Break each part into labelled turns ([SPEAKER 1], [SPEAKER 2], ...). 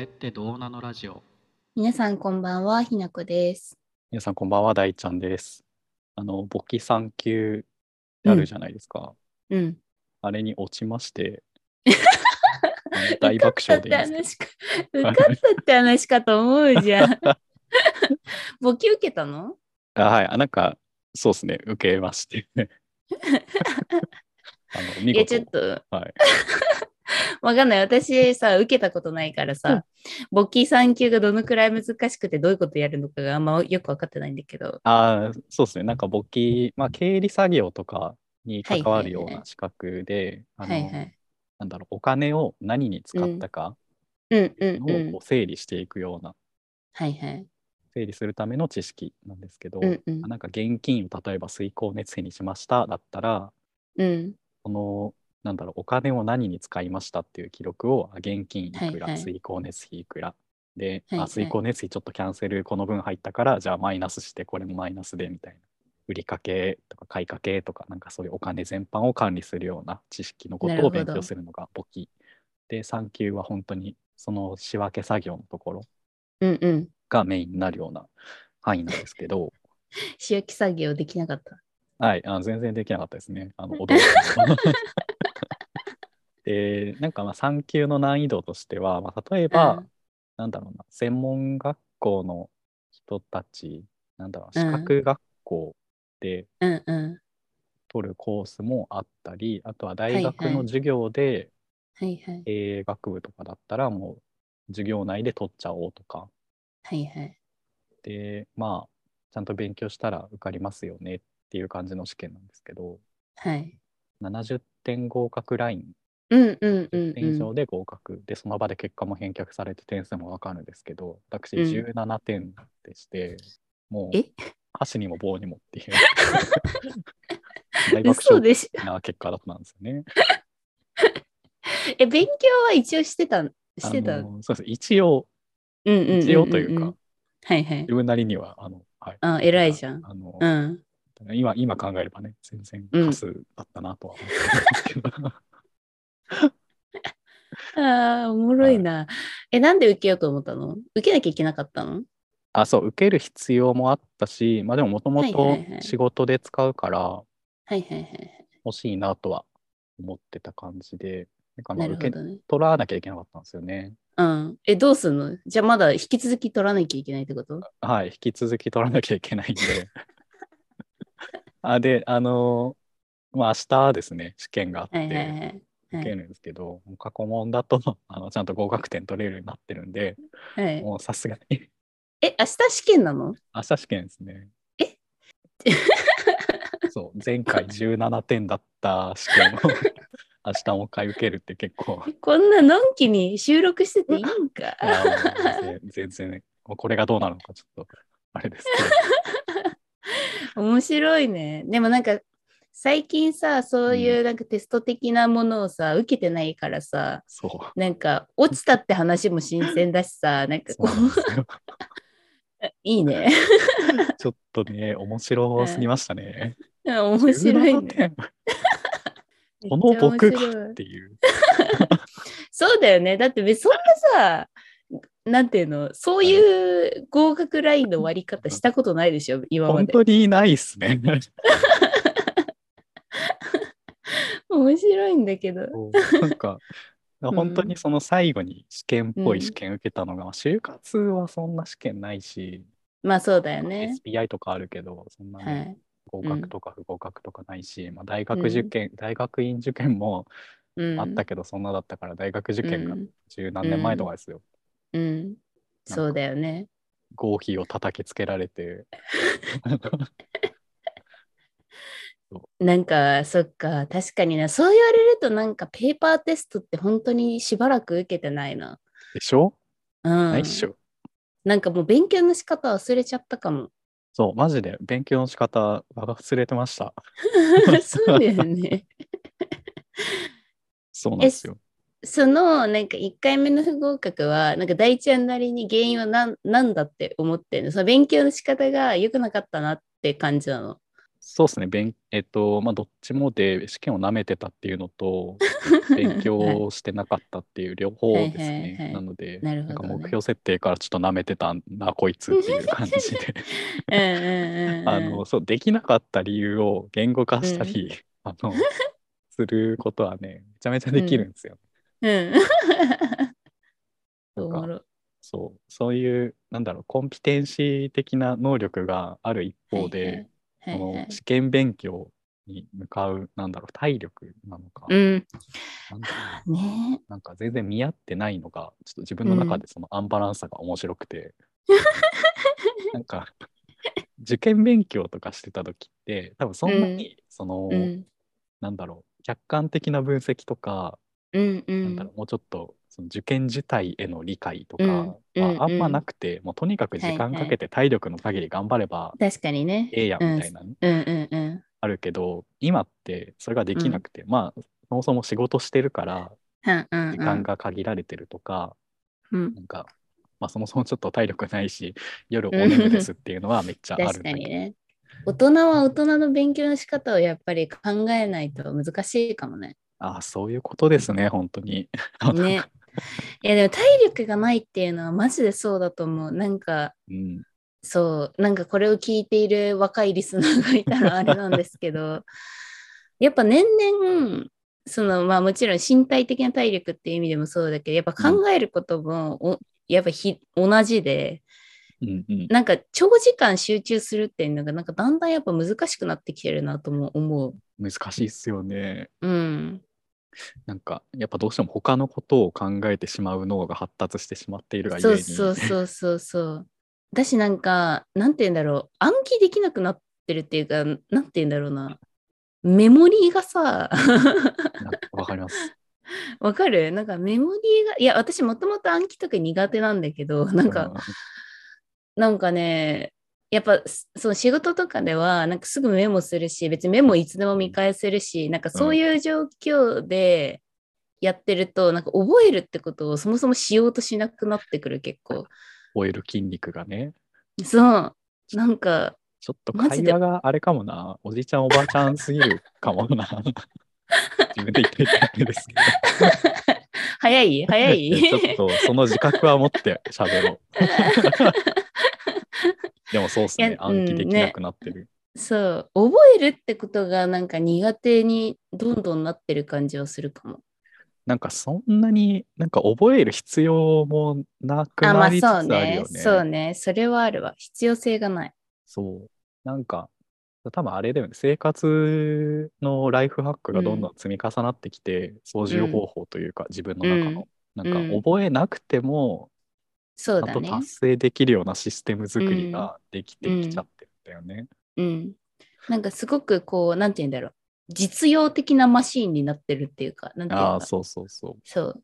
[SPEAKER 1] ってどうなのラジオ。
[SPEAKER 2] 皆さんこんばんは、ひなこです。
[SPEAKER 3] 皆さんこんばんは、大ちゃんです。あの、簿記3級ってあるじゃないですか。
[SPEAKER 2] うん。
[SPEAKER 3] あれに落ちまして、あ の大爆笑でいいですか
[SPEAKER 2] 受かったって話か、受かったって話かと思うじゃ ん。簿記受けたの
[SPEAKER 3] あはい、あなんか、そうですね、受けまして。 あの見
[SPEAKER 2] いや、ち
[SPEAKER 3] 事
[SPEAKER 2] ょっと、
[SPEAKER 3] はい、
[SPEAKER 2] わかんない。私さ、受けたことないからさ、簿記3級がどのくらい難しくてどういうことやるのかがあんまよくわかってないんだけど。
[SPEAKER 3] あーそうですね、なんか簿記、まあ、経理作業とかに関わるよ
[SPEAKER 2] は
[SPEAKER 3] う
[SPEAKER 2] いはいはい
[SPEAKER 3] な資格で、あの
[SPEAKER 2] はいはい。
[SPEAKER 3] なんだろう、お金を何に使ったか
[SPEAKER 2] うんうんう
[SPEAKER 3] を
[SPEAKER 2] ん
[SPEAKER 3] こう。整理していくような、
[SPEAKER 2] はいはい。
[SPEAKER 3] 整理するための知識なんですけど、
[SPEAKER 2] うんうん
[SPEAKER 3] あ。なんか現金を例えば水耕熱費にしましただったら、
[SPEAKER 2] うん。
[SPEAKER 3] このなんだろうお金を何に使いましたっていう記録をあ現金いくら、
[SPEAKER 2] はいはい
[SPEAKER 3] 水光熱費いくらで、
[SPEAKER 2] はいはい
[SPEAKER 3] あ水光熱費ちょっとキャンセルこの分入ったからじゃあマイナスしてこれもマイナスでみたいな売りかけとか買いかけとかなんかそういうお金全般を管理するような知識のこ
[SPEAKER 2] なる
[SPEAKER 3] と
[SPEAKER 2] ほ
[SPEAKER 3] を
[SPEAKER 2] ど
[SPEAKER 3] 勉強するのが簿記で3級は本当にその仕分け作業のところ
[SPEAKER 2] うんうん。
[SPEAKER 3] がメインになるような範囲なんですけど
[SPEAKER 2] 仕置き作業できなかった。
[SPEAKER 3] はい、あの全然できなかったですね。あの、驚き ました で、なんかまあ3級の難易度としては、まあ、例えば、
[SPEAKER 2] うん
[SPEAKER 3] なんだろうな、専門学校の人たち、なんだろう、
[SPEAKER 2] う
[SPEAKER 3] 資
[SPEAKER 2] ん
[SPEAKER 3] 格学校で
[SPEAKER 2] うんうん。
[SPEAKER 3] 取るコースもあったり、あとは
[SPEAKER 2] は
[SPEAKER 3] 大
[SPEAKER 2] い
[SPEAKER 3] 学
[SPEAKER 2] は
[SPEAKER 3] の
[SPEAKER 2] い
[SPEAKER 3] 授業で、
[SPEAKER 2] はいはい。
[SPEAKER 3] 経営学部とかだったら、もう授業内で取っちゃおうとか、
[SPEAKER 2] はいはい。
[SPEAKER 3] で、まあ、ちゃんと勉強したら受かりますよねっていう感じの試験なんですけど、
[SPEAKER 2] はい。
[SPEAKER 3] 70点合格ライン
[SPEAKER 2] うんうんうん
[SPEAKER 3] 10点以
[SPEAKER 2] うん。
[SPEAKER 3] 上で合格、でその場で結果も返却されて点数も分かるんですけど私
[SPEAKER 2] うん
[SPEAKER 3] 17点でして、もう
[SPEAKER 2] え
[SPEAKER 3] 箸にも棒にもっ ていう大爆
[SPEAKER 2] 嘘
[SPEAKER 3] 笑
[SPEAKER 2] でしょ
[SPEAKER 3] な結果だったんですよね。
[SPEAKER 2] え、勉強は一応してた、してた。
[SPEAKER 3] あ
[SPEAKER 2] うん
[SPEAKER 3] のそうです一応
[SPEAKER 2] うんうんうんん
[SPEAKER 3] 一応というか、
[SPEAKER 2] はいはい
[SPEAKER 3] 自。分なりにはあの、はい、
[SPEAKER 2] あ、偉いじゃん。
[SPEAKER 3] あの、
[SPEAKER 2] うん。
[SPEAKER 3] 今今考えればね全然
[SPEAKER 2] うん
[SPEAKER 3] パスだったなとは思ってるんですけ ど、
[SPEAKER 2] ああ、おもろいな。え、なんで受けようと思ったの受けなきゃいけなかったの
[SPEAKER 3] あそう受ける必要もあったしまあでももとも
[SPEAKER 2] はい
[SPEAKER 3] と
[SPEAKER 2] はいはい
[SPEAKER 3] 仕事で使うから、
[SPEAKER 2] はいはいはい。
[SPEAKER 3] 欲しいなとは思ってた感じで、なんかま
[SPEAKER 2] な
[SPEAKER 3] あ
[SPEAKER 2] る
[SPEAKER 3] 受
[SPEAKER 2] ほ
[SPEAKER 3] け
[SPEAKER 2] どね。
[SPEAKER 3] 取らなきゃいけなかったんですよね。
[SPEAKER 2] うん。え、どうすんのじゃあまだ引き続き取らなきゃいけないってこと
[SPEAKER 3] はい、引き続き取らなきゃいけないんで。あで、あのーまあ明日ですね、試験があっ
[SPEAKER 2] はいはいは
[SPEAKER 3] て
[SPEAKER 2] い。
[SPEAKER 3] 受けるんですけど、過去問だと あのちゃんと合格点取れるようになってるんで、
[SPEAKER 2] はい、
[SPEAKER 3] もうさすがに
[SPEAKER 2] え、明日試験なの
[SPEAKER 3] 明日試験ですね。
[SPEAKER 2] え
[SPEAKER 3] そう、前回17点だった試 験を明日もう一回受けるって結構。
[SPEAKER 2] こんなのんきに収録してていいんか
[SPEAKER 3] いやもう全全然、もうこれがどうなるのかちょっとあれですけど。
[SPEAKER 2] 面白いね。でもなんか最近さそういうなんかテスト的なものをさ、受けてないからさ
[SPEAKER 3] そう。
[SPEAKER 2] なんか落ちたって話も新鮮だしさなんか
[SPEAKER 3] そ
[SPEAKER 2] こ
[SPEAKER 3] うなん
[SPEAKER 2] う
[SPEAKER 3] ですよ
[SPEAKER 2] いいね。
[SPEAKER 3] ちょっとね、面白すぎましたね。
[SPEAKER 2] 面白い
[SPEAKER 3] 17
[SPEAKER 2] ね。
[SPEAKER 3] 点この僕
[SPEAKER 2] めっちゃ面
[SPEAKER 3] が
[SPEAKER 2] 白い
[SPEAKER 3] っていう。
[SPEAKER 2] そうだよね。だって別にそんなさなんていうのそういう合格ラインの割り方したことないでしょ今ま
[SPEAKER 3] 本
[SPEAKER 2] で。
[SPEAKER 3] 当にないっすね。
[SPEAKER 2] 面白いんだけど。
[SPEAKER 3] そうなんか、
[SPEAKER 2] ん
[SPEAKER 3] 本当にその最後に試験っぽ
[SPEAKER 2] うん
[SPEAKER 3] い試験受けたのが、まあ就活はそんな試験ないし、
[SPEAKER 2] まあそうだよね。
[SPEAKER 3] SPI とかあるけど、そんなね、
[SPEAKER 2] はい。
[SPEAKER 3] 合
[SPEAKER 2] うん
[SPEAKER 3] 格とか不合格とかないし、まあ、大学受験、大学院受験も
[SPEAKER 2] うん、
[SPEAKER 3] あったけど、そんなだったから、大学受験が
[SPEAKER 2] うん
[SPEAKER 3] 十何年前とかですよ。
[SPEAKER 2] うん。そうだよね。
[SPEAKER 3] 合否を叩きつけられて
[SPEAKER 2] なんかそっか確かになそう言われるとなんかペーパーテストって本当にしばらく受けてないな。
[SPEAKER 3] でしょ、
[SPEAKER 2] うん、
[SPEAKER 3] ないっしょ
[SPEAKER 2] なんかもう勉強の仕方忘れちゃったか も。
[SPEAKER 3] そうマジで勉強の仕方忘れてました
[SPEAKER 2] そうだよね。
[SPEAKER 3] そうなんですよ
[SPEAKER 2] そのなんか1回目の不合格はなんか大ちゃんなりに原因は何何だって思ってんのその勉強の仕方が良くなかったなって感じなの。
[SPEAKER 3] そうですね、勉えっと、まあ、どっちもで試験を舐めてたっていうの と、勉
[SPEAKER 2] はい
[SPEAKER 3] 強してなかったっていう両方です
[SPEAKER 2] はいはいは
[SPEAKER 3] ね
[SPEAKER 2] い。
[SPEAKER 3] なので、
[SPEAKER 2] なるほ
[SPEAKER 3] なん
[SPEAKER 2] ど
[SPEAKER 3] か
[SPEAKER 2] ね、
[SPEAKER 3] 目標設定からちょっと舐めてたな、こいつっていう感じで、
[SPEAKER 2] うんうんうんうん
[SPEAKER 3] あの、そう、できなかった理由を言語化したり、 あの、することはね、めちゃめちゃできるんですよ。
[SPEAKER 2] うん。おもろ。
[SPEAKER 3] そう、そういう、なんだろう、コンピテンシー的な能力がある一方で、
[SPEAKER 2] はいはい、
[SPEAKER 3] こ
[SPEAKER 2] はいはい
[SPEAKER 3] の試験勉強に向かう、なんだろう、体力なのか、
[SPEAKER 2] うん。
[SPEAKER 3] なんだろう
[SPEAKER 2] ね
[SPEAKER 3] なんか全然見合ってないのが、ちょっと自分の中でそのアンバランスさが面白 くて、なんか、受験勉強とかしてた時って、多分そんなに、その、
[SPEAKER 2] うん。
[SPEAKER 3] なんだろう、客観的な分析とか、
[SPEAKER 2] うんう
[SPEAKER 3] なんだろう、もうちょっと、その受験自体への理解とか
[SPEAKER 2] うんうんうん
[SPEAKER 3] はあんまなくて、もうとにかく時間かけて体力の限り頑張れば
[SPEAKER 2] 確かにね。
[SPEAKER 3] ええやんみたいなね、
[SPEAKER 2] うんうんうん。
[SPEAKER 3] あるけど、今ってそれができなくて、まあ、そもそも仕事してるから、
[SPEAKER 2] うんうんうん。
[SPEAKER 3] 時間が限られてるとか、
[SPEAKER 2] うん。
[SPEAKER 3] なんか、まあ、そもそもちょっと体力ないし、夜お眠ですっていうのはめっちゃある
[SPEAKER 2] 確
[SPEAKER 3] んだ
[SPEAKER 2] か
[SPEAKER 3] け
[SPEAKER 2] に
[SPEAKER 3] ど、
[SPEAKER 2] ね。大人は大人の勉強の仕方をやっぱり考えないと難しいかもね。
[SPEAKER 3] ああ、そういうことですね、本当に。
[SPEAKER 2] ね。いやでも体力がないっていうのはマジでそうだと思う。なんか
[SPEAKER 3] うん、
[SPEAKER 2] そうなんかこれを聞いている若いリスナーがいたらあれなんですけど やっぱ年々そのまあもちろん身体的な体力っていう意味でもそうだけどやっぱ考えることもお、やっぱひ同じで
[SPEAKER 3] うん、うん。
[SPEAKER 2] なんか長時間集中するっていうのがなんかだんだんやっぱ難しくなってきてるなとも思う。
[SPEAKER 3] 難しいっすよね。
[SPEAKER 2] うん、
[SPEAKER 3] なんか、やっぱどうしても他のことを考えてしまう脳が発達してしまっているがゆ
[SPEAKER 2] そ
[SPEAKER 3] え
[SPEAKER 2] う
[SPEAKER 3] に。
[SPEAKER 2] そうそうそうそう。だしなんかなんて言うんだろう暗記できなくなってるっていうかなんて言うんだろうなメモリーがさ
[SPEAKER 3] なんかわかります。
[SPEAKER 2] わかるなんかメモリーが、いや、私もともと暗記とか苦手なんだけど、 なんか、なんかね、やっぱすそう仕事とかではなんかすぐメモするし別にメモいつでも見返せるしなんかそういう状況でやってると、なんか覚えるってことをそもそもしようとしなくなってくる結構
[SPEAKER 3] 終える筋肉がね。
[SPEAKER 2] そうなんか
[SPEAKER 3] ちょっと
[SPEAKER 2] マジ
[SPEAKER 3] 会
[SPEAKER 2] で
[SPEAKER 3] 話があれかもな。おじいちゃん、おばあちゃんすぎるかもな。自分で言っていただけですけど。
[SPEAKER 2] 早い早い
[SPEAKER 3] ちょっと その自覚は持って 喋ろう。でもそうっす
[SPEAKER 2] い
[SPEAKER 3] ね。
[SPEAKER 2] や
[SPEAKER 3] 暗記できなくなってる。
[SPEAKER 2] そう覚えるってことがなんか苦手にどんどんなってる感じはするかも
[SPEAKER 3] なんかそんなになんか覚える必要もなく
[SPEAKER 2] あ、ま
[SPEAKER 3] な
[SPEAKER 2] あ
[SPEAKER 3] りつつ
[SPEAKER 2] そ
[SPEAKER 3] あ
[SPEAKER 2] う
[SPEAKER 3] る
[SPEAKER 2] ね
[SPEAKER 3] よ。ね。
[SPEAKER 2] そうね。それはあるわ。必要性がない。
[SPEAKER 3] そうなんか多分あれだよね。生活のライフハックがどんどん積み重なってきて、操縦方法というか自分の中の。なん
[SPEAKER 2] う
[SPEAKER 3] か
[SPEAKER 2] ん
[SPEAKER 3] 覚えなくても、
[SPEAKER 2] そう
[SPEAKER 3] ち
[SPEAKER 2] だ
[SPEAKER 3] ゃんと
[SPEAKER 2] ね。
[SPEAKER 3] 達成できるようなシステム作りができてきちゃってるんだよね。
[SPEAKER 2] うん。なんかすごくこう、なんて言うんだろう。実用的なマシーンになってるっていうか、なんていう
[SPEAKER 3] ああ、
[SPEAKER 2] か。
[SPEAKER 3] そうそうそう。
[SPEAKER 2] そう。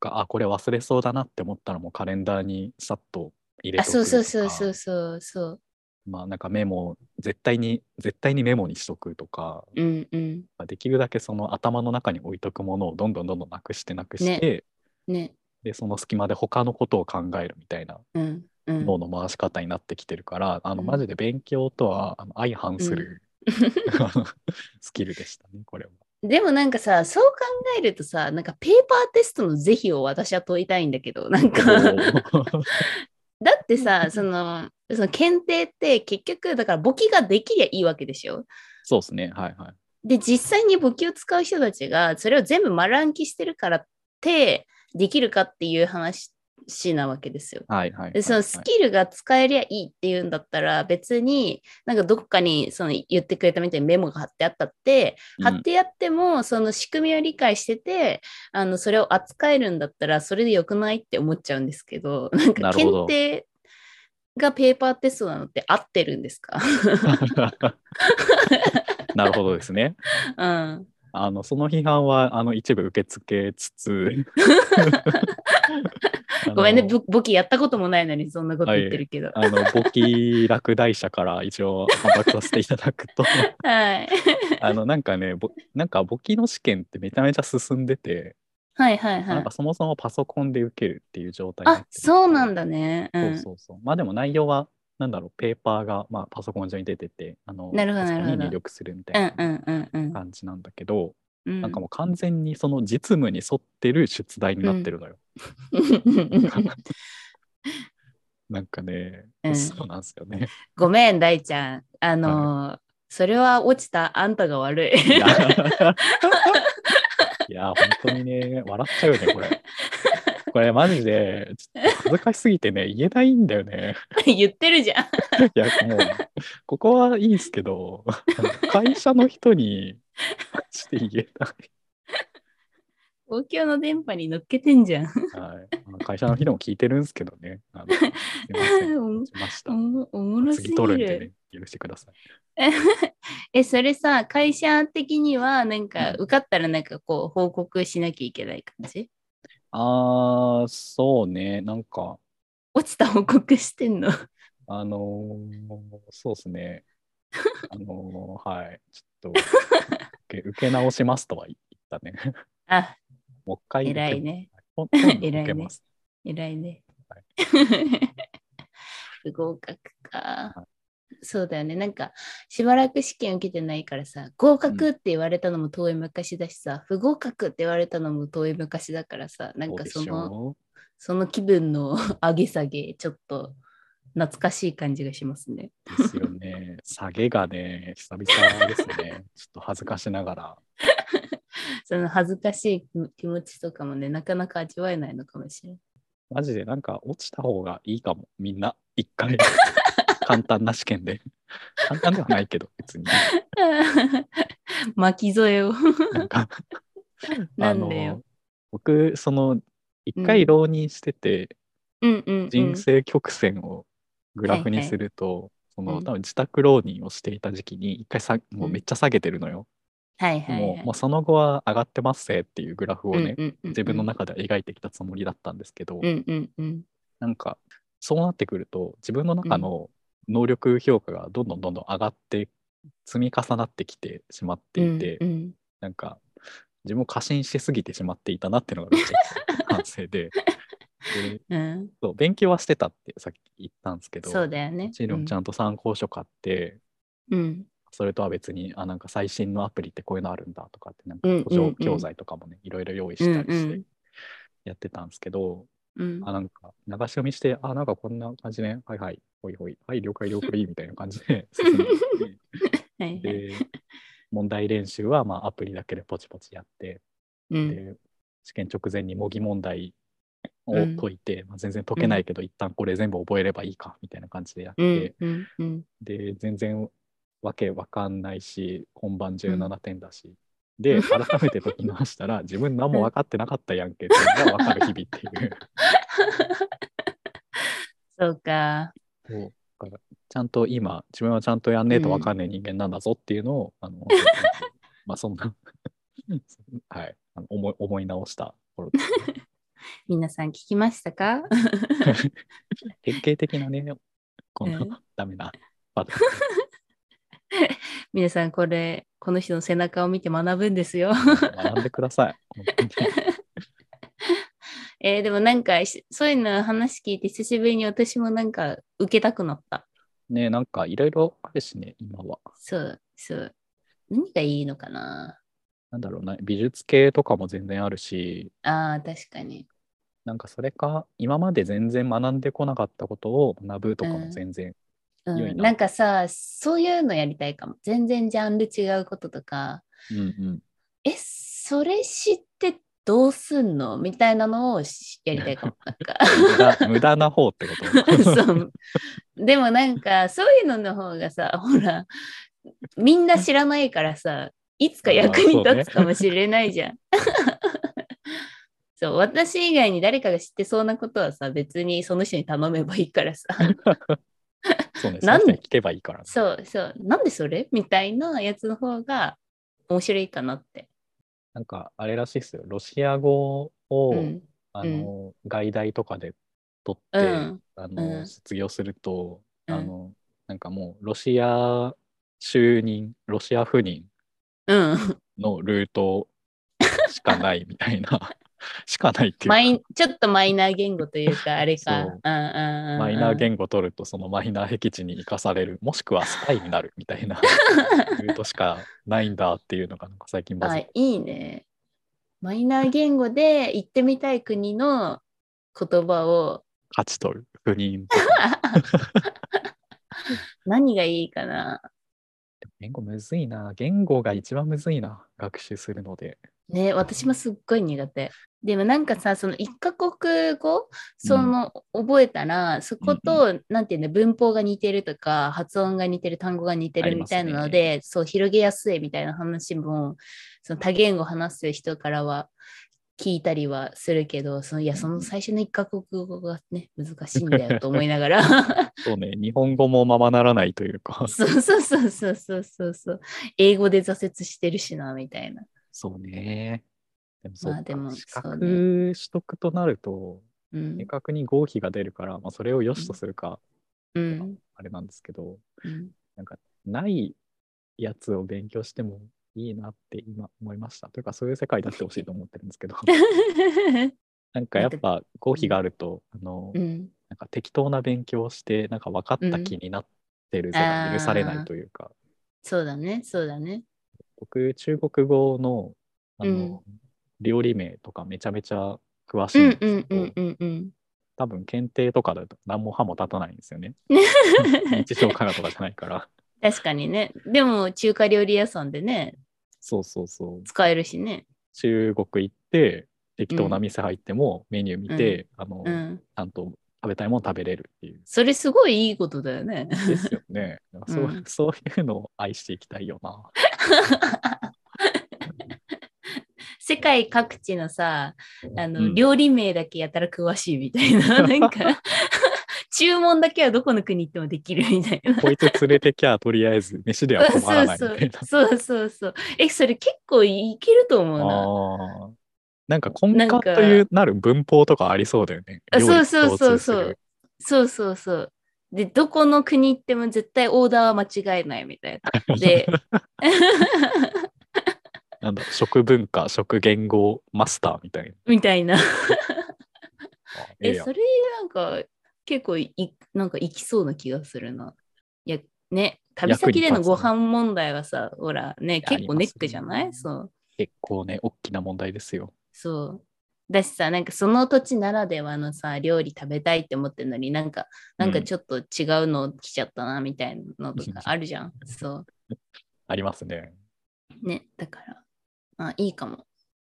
[SPEAKER 3] かあこれ忘れそうだなって思ったらもうカレンダーにさっと入れ
[SPEAKER 2] あ、
[SPEAKER 3] ておく
[SPEAKER 2] そう
[SPEAKER 3] とか
[SPEAKER 2] そうそうそうそうそう。
[SPEAKER 3] まあなんかメモ絶対に絶対にメモにしとくとか
[SPEAKER 2] うんうん。
[SPEAKER 3] できるだけその頭の中に置いとくものをどんどんどんどんなくしてなくして、
[SPEAKER 2] ね。
[SPEAKER 3] でその隙間で他のことを考えるみたいな
[SPEAKER 2] うん。うん、
[SPEAKER 3] 脳の回し方になってきてるから、あの
[SPEAKER 2] うん
[SPEAKER 3] マジで勉強とはあの相反する、あの スキルでしたね これは。
[SPEAKER 2] でもなんかさそう考えるとさなんかペーパーテストの是非を私は問いたいんだけどなんか だってさそのその検定って結局だから簿記ができりゃいいわけでしょ
[SPEAKER 3] そうですねはいはい。
[SPEAKER 2] で実際に簿記を使う人たちがそれを全部丸暗記してるからってできるかっていう話なわけですよ。
[SPEAKER 3] はいはいはい、は
[SPEAKER 2] で
[SPEAKER 3] い。
[SPEAKER 2] そのスキルが使えりゃいいっていうんだったら別になんかどこかにその言ってくれたみたいにメモが貼ってあったって貼
[SPEAKER 3] うん
[SPEAKER 2] ってあってもその仕組みを理解しててあのそれを扱えるんだったらそれでよくないって思っちゃうんですけど なんか
[SPEAKER 3] なるほ
[SPEAKER 2] 検
[SPEAKER 3] ど
[SPEAKER 2] 定がペーパーテストなのって合ってるんですか
[SPEAKER 3] なるほどですね。
[SPEAKER 2] うん。
[SPEAKER 3] あのその批判はあの一部受け付けつつ
[SPEAKER 2] ごめんね、
[SPEAKER 3] あの
[SPEAKER 2] ぼ簿記やったこともないのにそんなこと言ってるけど。
[SPEAKER 3] あの簿記落第者から一応反駁させていただくと
[SPEAKER 2] はい。
[SPEAKER 3] あのなんかねぼなんか簿記の試験ってめちゃめちゃ進んでて、
[SPEAKER 2] はいはいは
[SPEAKER 3] なん
[SPEAKER 2] い
[SPEAKER 3] か。そもそもパソコンで受けるっていう状態にな
[SPEAKER 2] あ
[SPEAKER 3] って、る
[SPEAKER 2] そうなんだね。うん。
[SPEAKER 3] そうそうそうまあでも内容はなんだろう、ペーパーが、まあ、パソコン上に出てて、あの、
[SPEAKER 2] なるほど
[SPEAKER 3] パソコン
[SPEAKER 2] なるほど
[SPEAKER 3] に入力するみた
[SPEAKER 2] うん
[SPEAKER 3] いな
[SPEAKER 2] うんうん
[SPEAKER 3] 感じなんだけど、
[SPEAKER 2] うん。
[SPEAKER 3] なんかもう完全にその実務に沿ってる出題になってるのよ。
[SPEAKER 2] うん。
[SPEAKER 3] なんかね、
[SPEAKER 2] うん
[SPEAKER 3] そうなんですよね。
[SPEAKER 2] ごめん、大ちゃん。あのーそれは落ちたあんたが悪い。
[SPEAKER 3] いやいや、本当にね、笑っちゃうよね、これ。これマジで、ちょっと恥ずかしすぎてね、言えないんだよね。
[SPEAKER 2] 言ってるじゃん。
[SPEAKER 3] いや、もう、ここはいいですけど、会社の人に、マジで言えない。
[SPEAKER 2] 公共の電波に乗っけてんじゃん。
[SPEAKER 3] はい、あの会社の人も聞いてるんですけどね。あのすいません
[SPEAKER 2] おも
[SPEAKER 3] しました
[SPEAKER 2] お。もおもろすぎ
[SPEAKER 3] 次取るんで
[SPEAKER 2] る。
[SPEAKER 3] ね、許してください。
[SPEAKER 2] え、それさ、会社的には、なんか、受かったらなんかこう、報告しなきゃいけない感じ
[SPEAKER 3] あー、そうね、なんか、
[SPEAKER 2] 落ちた報告してんの。
[SPEAKER 3] あのーそうですね。あのーはい、ちょ っと受け、受け直しますとは言ったね。
[SPEAKER 2] あ、
[SPEAKER 3] もう一回受け
[SPEAKER 2] 偉いね。
[SPEAKER 3] ほん 今
[SPEAKER 2] 偉
[SPEAKER 3] 度
[SPEAKER 2] いね
[SPEAKER 3] 受けます。
[SPEAKER 2] 偉いね
[SPEAKER 3] は。
[SPEAKER 2] 不合格か
[SPEAKER 3] は。
[SPEAKER 2] そうだよね。なんか、しばらく試験受けてないからさ、合格って言われたのも遠い昔だしさ、不合格って言われたのも遠い昔だからさ、なん
[SPEAKER 3] ど
[SPEAKER 2] か
[SPEAKER 3] うで
[SPEAKER 2] そ
[SPEAKER 3] し
[SPEAKER 2] の、
[SPEAKER 3] ょ
[SPEAKER 2] その気分の 上げ下げ、ちょっと懐かしい感じがしますね。
[SPEAKER 3] うですよね。下げがね、久々ですね。 ちょっと恥ずかしながら。
[SPEAKER 2] その恥ずかしい気持ちとかもね、なかなか味わえないのかもしれない。
[SPEAKER 3] マジでなんか落ちた方がいいかも、みんな。一 回。簡単な試験で。簡単ではないけど、別に。
[SPEAKER 2] 巻き添えを。
[SPEAKER 3] なんか、
[SPEAKER 2] な
[SPEAKER 3] あ
[SPEAKER 2] んでよ
[SPEAKER 3] の、僕、その、一
[SPEAKER 2] う
[SPEAKER 3] 回
[SPEAKER 2] ん
[SPEAKER 3] 浪人してて、
[SPEAKER 2] うんうん、うん。
[SPEAKER 3] 人生曲線をグラフにすると、
[SPEAKER 2] はいは
[SPEAKER 3] その
[SPEAKER 2] い
[SPEAKER 3] 多分自宅浪人をしていた時期に一回さもうめっちゃ下げてるのよ。
[SPEAKER 2] はいはい、はい
[SPEAKER 3] もうもうその後は上がってますぜっていうグラフをね、
[SPEAKER 2] うんうんうんうん
[SPEAKER 3] 自分の中では描いてきたつもりだったんですけど、
[SPEAKER 2] うんうんうん。
[SPEAKER 3] なんかそうなってくると自分の中の能力評価がどんどんどんどん上がって積み重なってきてしまっていて、
[SPEAKER 2] うんうん
[SPEAKER 3] なんか自分を過信しすぎてしまっていたなっていうのがめっちゃ反 省で。で
[SPEAKER 2] うん、
[SPEAKER 3] そう勉強はしてたってさっき言ったんですけど
[SPEAKER 2] そうだよね。
[SPEAKER 3] もちろんちゃんと参考書買って、
[SPEAKER 2] うん
[SPEAKER 3] それとは別にあなんか最新のアプリってこういうのあるんだとかってなんか
[SPEAKER 2] うんうん
[SPEAKER 3] 補助教材とかもね、いろいろ用意したりし
[SPEAKER 2] うんう
[SPEAKER 3] て
[SPEAKER 2] ん
[SPEAKER 3] やってたんですけど、
[SPEAKER 2] うん
[SPEAKER 3] あなんか流し読みしてあなんかこんな感じねはいはいほいほいはい了解了解みたいな感じで 進んでい
[SPEAKER 2] はい
[SPEAKER 3] っ
[SPEAKER 2] はい
[SPEAKER 3] てで問題練習はまあアプリだけでポチポチやって
[SPEAKER 2] うん
[SPEAKER 3] で試験直前に模擬問題を
[SPEAKER 2] うん
[SPEAKER 3] 解いて、まあ、全然解けないけど、一旦これ全部覚えればいいかみたいな感じでやって、
[SPEAKER 2] うんうんうん
[SPEAKER 3] で全然わけわかんないし本番17点だし、 で改めて解き直したら自分何も分かってなかったやんけっていうのが分かる日々っていう
[SPEAKER 2] そうか。
[SPEAKER 3] そうだからちゃんと今自分はちゃんとやんねえと分かんねえ人間なんだぞっていうのを、あ のまあそんな はいあの思い思い直した頃ですね。
[SPEAKER 2] 皆さん聞きましたか
[SPEAKER 3] 典型的なね、こ
[SPEAKER 2] う
[SPEAKER 3] の
[SPEAKER 2] ん
[SPEAKER 3] ダメなパター
[SPEAKER 2] 皆さんこれ、この人の背中を見て学ぶんですよ。
[SPEAKER 3] ン学んでください。本当に
[SPEAKER 2] えーでもなんかし、そういうの話聞いて久しぶりに私もなんか受けたくなった。
[SPEAKER 3] ねなんかいろいろあるしね、今は。
[SPEAKER 2] そうそう。何がいいのかな
[SPEAKER 3] なんだろうな、美術系とかも全然あるし、
[SPEAKER 2] ああ、確かに。
[SPEAKER 3] なんかそれか、今まで全然学んでこなかったことを学ぶとかも全然。
[SPEAKER 2] う
[SPEAKER 3] 良い
[SPEAKER 2] ん、
[SPEAKER 3] な
[SPEAKER 2] なんかさ、そういうのやりたいかも。全然ジャンル違うこととか、
[SPEAKER 3] うんうん。
[SPEAKER 2] え、それ知ってどうすんのみたいなのをしやりたいかも。
[SPEAKER 3] 無 駄無駄な方ってこと。
[SPEAKER 2] なんか そうでもなんかそういうのの方がさ、ほら、みんな知らないからさ、いつか役に立つかもしれないじ ゃん。そう私以外に誰かが知ってそうなことはさ、別にその人に頼めばいい からさ、
[SPEAKER 3] そうね、
[SPEAKER 2] なん
[SPEAKER 3] そういう人に聞けばいいからね、
[SPEAKER 2] そうそう、なんでそれみたいなやつの方が面白いかなって。
[SPEAKER 3] なんかあれらしいですよ、ロシア語を、
[SPEAKER 2] うん。
[SPEAKER 3] あの外大とかで取って、
[SPEAKER 2] うん
[SPEAKER 3] あの
[SPEAKER 2] うん
[SPEAKER 3] 卒業すると、
[SPEAKER 2] うん
[SPEAKER 3] あのなんかもうロシア就任ロシア赴任
[SPEAKER 2] うん。
[SPEAKER 3] のルートしかないみたいなしかないっていうか
[SPEAKER 2] マイちょっとマイナー言語というか、あれか。
[SPEAKER 3] そう
[SPEAKER 2] うんうんうんうん
[SPEAKER 3] マイナー言語取るとそのマイナー僻地に生かされるもしくはスパイになるみたい なルートしかないんだっていうのがなんか最近バズ
[SPEAKER 2] あ
[SPEAKER 3] っ
[SPEAKER 2] いいね。マイナー言語で行ってみたい国の言葉を
[SPEAKER 3] 勝ち取る不妊
[SPEAKER 2] 何がいいかな。
[SPEAKER 3] 言語むずいな言語が一番むずいな学習するので
[SPEAKER 2] ね、私もすっごい苦手。でもなんかさ、その一カ国語、その、覚えたら、そこと、なんていうんだ、文法が似てるとか、発音が似てる、単語が似て
[SPEAKER 3] あ
[SPEAKER 2] る
[SPEAKER 3] り
[SPEAKER 2] み
[SPEAKER 3] ます
[SPEAKER 2] た
[SPEAKER 3] ね
[SPEAKER 2] いなので、そう、広げやすいみたいな話も、その多言語話す人からは聞いたりはするけど、そのいや、その最初の一カ国語がね、難しいんだよと思いながら。
[SPEAKER 3] そうね日本語もままならないという か
[SPEAKER 2] そうそうそうそうそうそうそう。英語で挫折してるしな、みたいな。
[SPEAKER 3] そうねでもそう
[SPEAKER 2] まあで
[SPEAKER 3] か
[SPEAKER 2] も
[SPEAKER 3] 資
[SPEAKER 2] そう
[SPEAKER 3] 格
[SPEAKER 2] ね
[SPEAKER 3] 取得となると
[SPEAKER 2] うん
[SPEAKER 3] 明。確に合否が出るから、まあ、それを良しとするか
[SPEAKER 2] うん。
[SPEAKER 3] あれなんですけど
[SPEAKER 2] うん
[SPEAKER 3] ないやつを勉強してもいいなって今思いました。というかそういう世界になってほしいと思ってるんです けどなんかやっぱ合否があるとあの、
[SPEAKER 2] うん、
[SPEAKER 3] なんか適当な勉強をしてなんか分かった気になってる世
[SPEAKER 2] う
[SPEAKER 3] が
[SPEAKER 2] ん
[SPEAKER 3] 許されないというか、
[SPEAKER 2] そうだね、そうだね。
[SPEAKER 3] 僕中国語のあの、料理名とかめちゃめちゃ詳しいんですけど、
[SPEAKER 2] うんうん。
[SPEAKER 3] 多分検定とかだと何も歯も立たないんです よね。日常科学とかじゃないから。
[SPEAKER 2] 確かにね。でも、中華料理屋さんでね、
[SPEAKER 3] そうそうそう。
[SPEAKER 2] 使えるしね。
[SPEAKER 3] 中国行って適当な店入ってもメニュー見て、あの、
[SPEAKER 2] うん。
[SPEAKER 3] ちゃんと食べたいもの食べれるって いう。
[SPEAKER 2] それすごいいいことだよね。
[SPEAKER 3] ですよね。なんかそう
[SPEAKER 2] うん
[SPEAKER 3] そういうのを愛していきたいよな。
[SPEAKER 2] 世界各地のさ、あの、
[SPEAKER 3] うん
[SPEAKER 2] 料理名だけやたら詳しいみたいな。なんか、注文だけはどこの国行ってもできるみたいな。
[SPEAKER 3] こいつ連れてきゃとりあえず飯では困らないみたいな。
[SPEAKER 2] そうそうそうそうそう。え、それ結構いけると思うな。
[SPEAKER 3] あーなんか根幹というなる文法とかありそうだよね。
[SPEAKER 2] あそう
[SPEAKER 3] 料理
[SPEAKER 2] そう
[SPEAKER 3] に
[SPEAKER 2] そう
[SPEAKER 3] 共通す
[SPEAKER 2] そ
[SPEAKER 3] る
[SPEAKER 2] う。。そうそうそう。で、どこの国行っても絶対オーダーは間違えないみたいな。 で、
[SPEAKER 3] なんだ食文化、食言語マスターみたいな。
[SPEAKER 2] みたいな。
[SPEAKER 3] あええ
[SPEAKER 2] え、
[SPEAKER 3] やん
[SPEAKER 2] それなんか結構い、なんか行きそうな気がするな。いや、ね、旅先でのご飯問題はさ、ほら、ね、
[SPEAKER 3] や
[SPEAKER 2] 結構ネックじゃな
[SPEAKER 3] あり
[SPEAKER 2] い
[SPEAKER 3] ますね
[SPEAKER 2] そう。
[SPEAKER 3] 結構ね、大きな問題ですよ。
[SPEAKER 2] そう。だしさ、なんかその土地ならではのさ、料理食べたいって思ってるのになんか、なんかちょっと違うの来ちゃったな、みたいなのとかあるじゃん。そう。
[SPEAKER 3] ありますね。
[SPEAKER 2] ね、だから、あ、いいかも。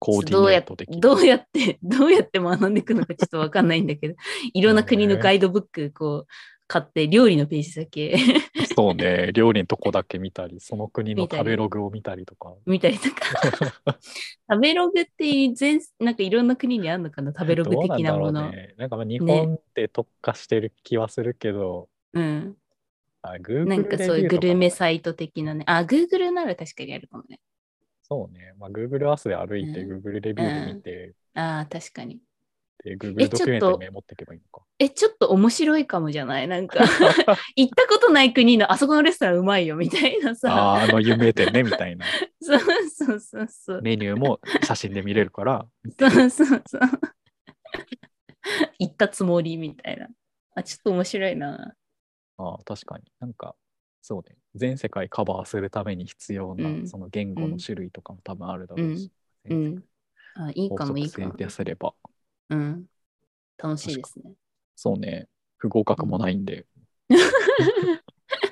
[SPEAKER 3] コーデ
[SPEAKER 2] ど
[SPEAKER 3] ィ
[SPEAKER 2] う
[SPEAKER 3] ネ
[SPEAKER 2] や
[SPEAKER 3] ート的な
[SPEAKER 2] どうやって、 どうやって学んでいくのか ちょっとわかんないんだけど、いろんな国のガイドブックこう買って、料理のページだけ
[SPEAKER 3] そうね、料理のとこだけ見たり、その国の
[SPEAKER 2] 見たり
[SPEAKER 3] 食べログを見たりとか。
[SPEAKER 2] 見たりとか、 食べログって全、なんかいろんな国にあるのかな、食べログ的なも
[SPEAKER 3] どうな
[SPEAKER 2] の
[SPEAKER 3] んだろう。ね。なんかまあ日本って特化してる気はするけど、
[SPEAKER 2] うん。
[SPEAKER 3] あ Google
[SPEAKER 2] なんかそういうグルメ
[SPEAKER 3] レビューとかも
[SPEAKER 2] サイト的なね。あ、Google なら確かにあるかもね。
[SPEAKER 3] そうね、まあ、Google Earth で歩いて、
[SPEAKER 2] う
[SPEAKER 3] Google レビューで見て、
[SPEAKER 2] ああ、確かに。
[SPEAKER 3] で
[SPEAKER 2] え
[SPEAKER 3] Google
[SPEAKER 2] ちょ
[SPEAKER 3] ド
[SPEAKER 2] っと
[SPEAKER 3] キュメントにメモっていけばい いのか。
[SPEAKER 2] え、ちょっと面白いかもじゃないなん か、行ったことない国のあそこのレストランうまいよみたいなさ。
[SPEAKER 3] ああー、あの有名店ね、みたいな。
[SPEAKER 2] そうそうそう そう。
[SPEAKER 3] メニューも写真で見れるから、
[SPEAKER 2] そうそうそう。行ったつもりみたいな。あ、ちょっと面白いな。
[SPEAKER 3] ああ、確かになんか、そうね、全世界カバーするために必要な、
[SPEAKER 2] うん
[SPEAKER 3] その言語の種類とかも多分あるだろうし、
[SPEAKER 2] う
[SPEAKER 3] 全世
[SPEAKER 2] ん。あ、いい
[SPEAKER 3] 界
[SPEAKER 2] か
[SPEAKER 3] 法
[SPEAKER 2] もいい
[SPEAKER 3] 則
[SPEAKER 2] かも
[SPEAKER 3] 制。ですれば、
[SPEAKER 2] うん。楽しいですね。
[SPEAKER 3] そうね、不合格もないん で、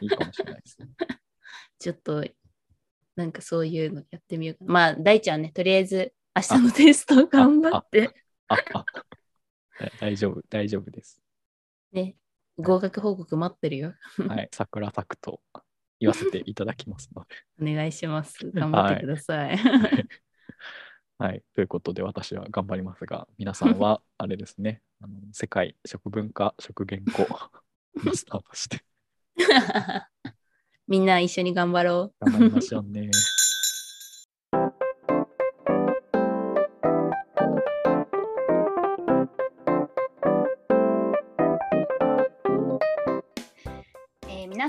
[SPEAKER 3] いいかもしれないですね。
[SPEAKER 2] ちょっと、なんかそういうのやってみようかな。まあ、大ちゃんね、とりあえず明日のテスト頑張って、
[SPEAKER 3] あ、あ、だ大丈夫、大丈夫です。
[SPEAKER 2] ね、合格報告待ってるよ。
[SPEAKER 3] はい、桜咲くと言わせていただきますので。
[SPEAKER 2] お願いします。頑張ってください。
[SPEAKER 3] はいはい、ということで私は頑張りますが、皆さん はあれですね、あの世界食文化、食言 語マスターとして
[SPEAKER 2] みんな一緒に頑張ろう。
[SPEAKER 3] 頑張りましょう
[SPEAKER 2] え
[SPEAKER 3] ね。
[SPEAKER 2] ー皆